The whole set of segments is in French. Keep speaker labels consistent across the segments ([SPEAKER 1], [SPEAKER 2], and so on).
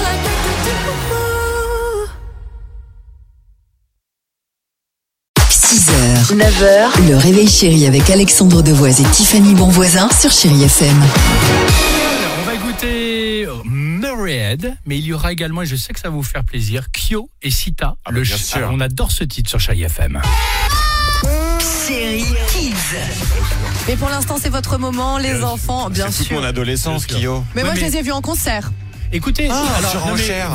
[SPEAKER 1] like we could do.
[SPEAKER 2] 6h, 9h, le réveil chéri avec Alexandre Devoise et Tiffany Bonvoisin sur Chérie FM.
[SPEAKER 3] Alors, on va goûter Murrayhead, mais il y aura également, et je sais que ça va vous faire plaisir, Kyo et Sita.
[SPEAKER 4] bah,
[SPEAKER 3] le
[SPEAKER 4] bien
[SPEAKER 3] ch- Ah,
[SPEAKER 4] sûr.
[SPEAKER 3] on adore ce titre sur Chai FM.
[SPEAKER 2] Chérie Kids.
[SPEAKER 5] Mais pour l'instant, c'est votre moment, les enfants, bien
[SPEAKER 4] C'est toute
[SPEAKER 5] sûr.
[SPEAKER 4] mon adolescence,
[SPEAKER 3] Bien sûr.
[SPEAKER 4] Kyo.
[SPEAKER 5] Mais moi,
[SPEAKER 3] Euh, Ouais,
[SPEAKER 5] je
[SPEAKER 3] mais-
[SPEAKER 5] les ai vus en concert.
[SPEAKER 3] Écoutez,
[SPEAKER 4] Ah,
[SPEAKER 3] alors, non, mais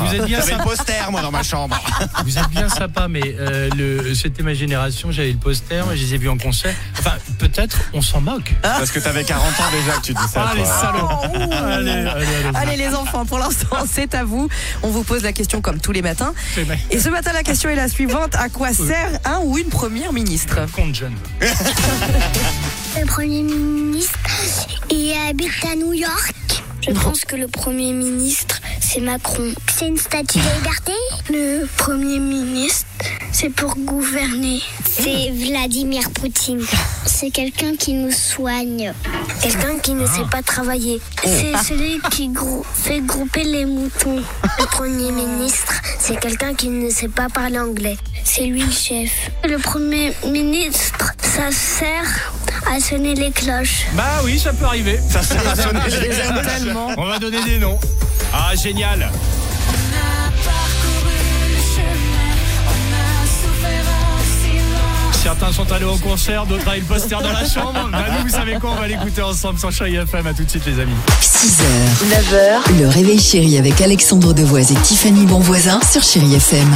[SPEAKER 3] vous êtes bien
[SPEAKER 4] J'avais
[SPEAKER 3] sympa,
[SPEAKER 4] le poster, moi, dans ma chambre.
[SPEAKER 3] vous êtes bien sympa, mais euh, le- c'était ma génération, j'avais le poster, je les ai vus en concert. Enfin, peut-être on s'en moque.
[SPEAKER 4] Parce que t'avais 40 ans déjà que tu dis ça.
[SPEAKER 3] Ah, les
[SPEAKER 4] toi.
[SPEAKER 3] salauds
[SPEAKER 5] Oh, ouh.
[SPEAKER 3] Allez, allez, allez.
[SPEAKER 5] Allez les enfants, pour l'instant c'est à vous. On vous pose la question comme tous les matins.
[SPEAKER 3] C'est vrai.
[SPEAKER 5] Et ce matin la question est la suivante. À quoi sert un ou une première ministre
[SPEAKER 3] Compte jeune.
[SPEAKER 6] Le Premier ministre et habite à New York. Je pense que le Premier ministre, c'est Macron. C'est une statue de liberté Le Premier ministre, c'est pour gouverner. C'est Vladimir Poutine. C'est quelqu'un qui nous soigne. Quelqu'un qui ne sait pas travailler. C'est celui qui grou- fait grouper les moutons. Le Premier ministre, c'est quelqu'un qui ne sait pas parler anglais. C'est lui le chef. Le Premier ministre, ça sert à sonner les cloches.
[SPEAKER 3] Bah oui, ça peut arriver.
[SPEAKER 4] Ça sert à sonner les cloches.
[SPEAKER 5] Tellement.
[SPEAKER 3] On va donner des noms. Ah, génial Certains sont allés au concert, d'autres avaient le poster dans la chambre. Bah, nous, vous savez quoi On va l'écouter ensemble sur Chai FM. À tout de suite, les amis.
[SPEAKER 2] 6h, 9h, le réveil chéri avec Alexandre Devoise et Tiffany Bonvoisin sur Chérie FM.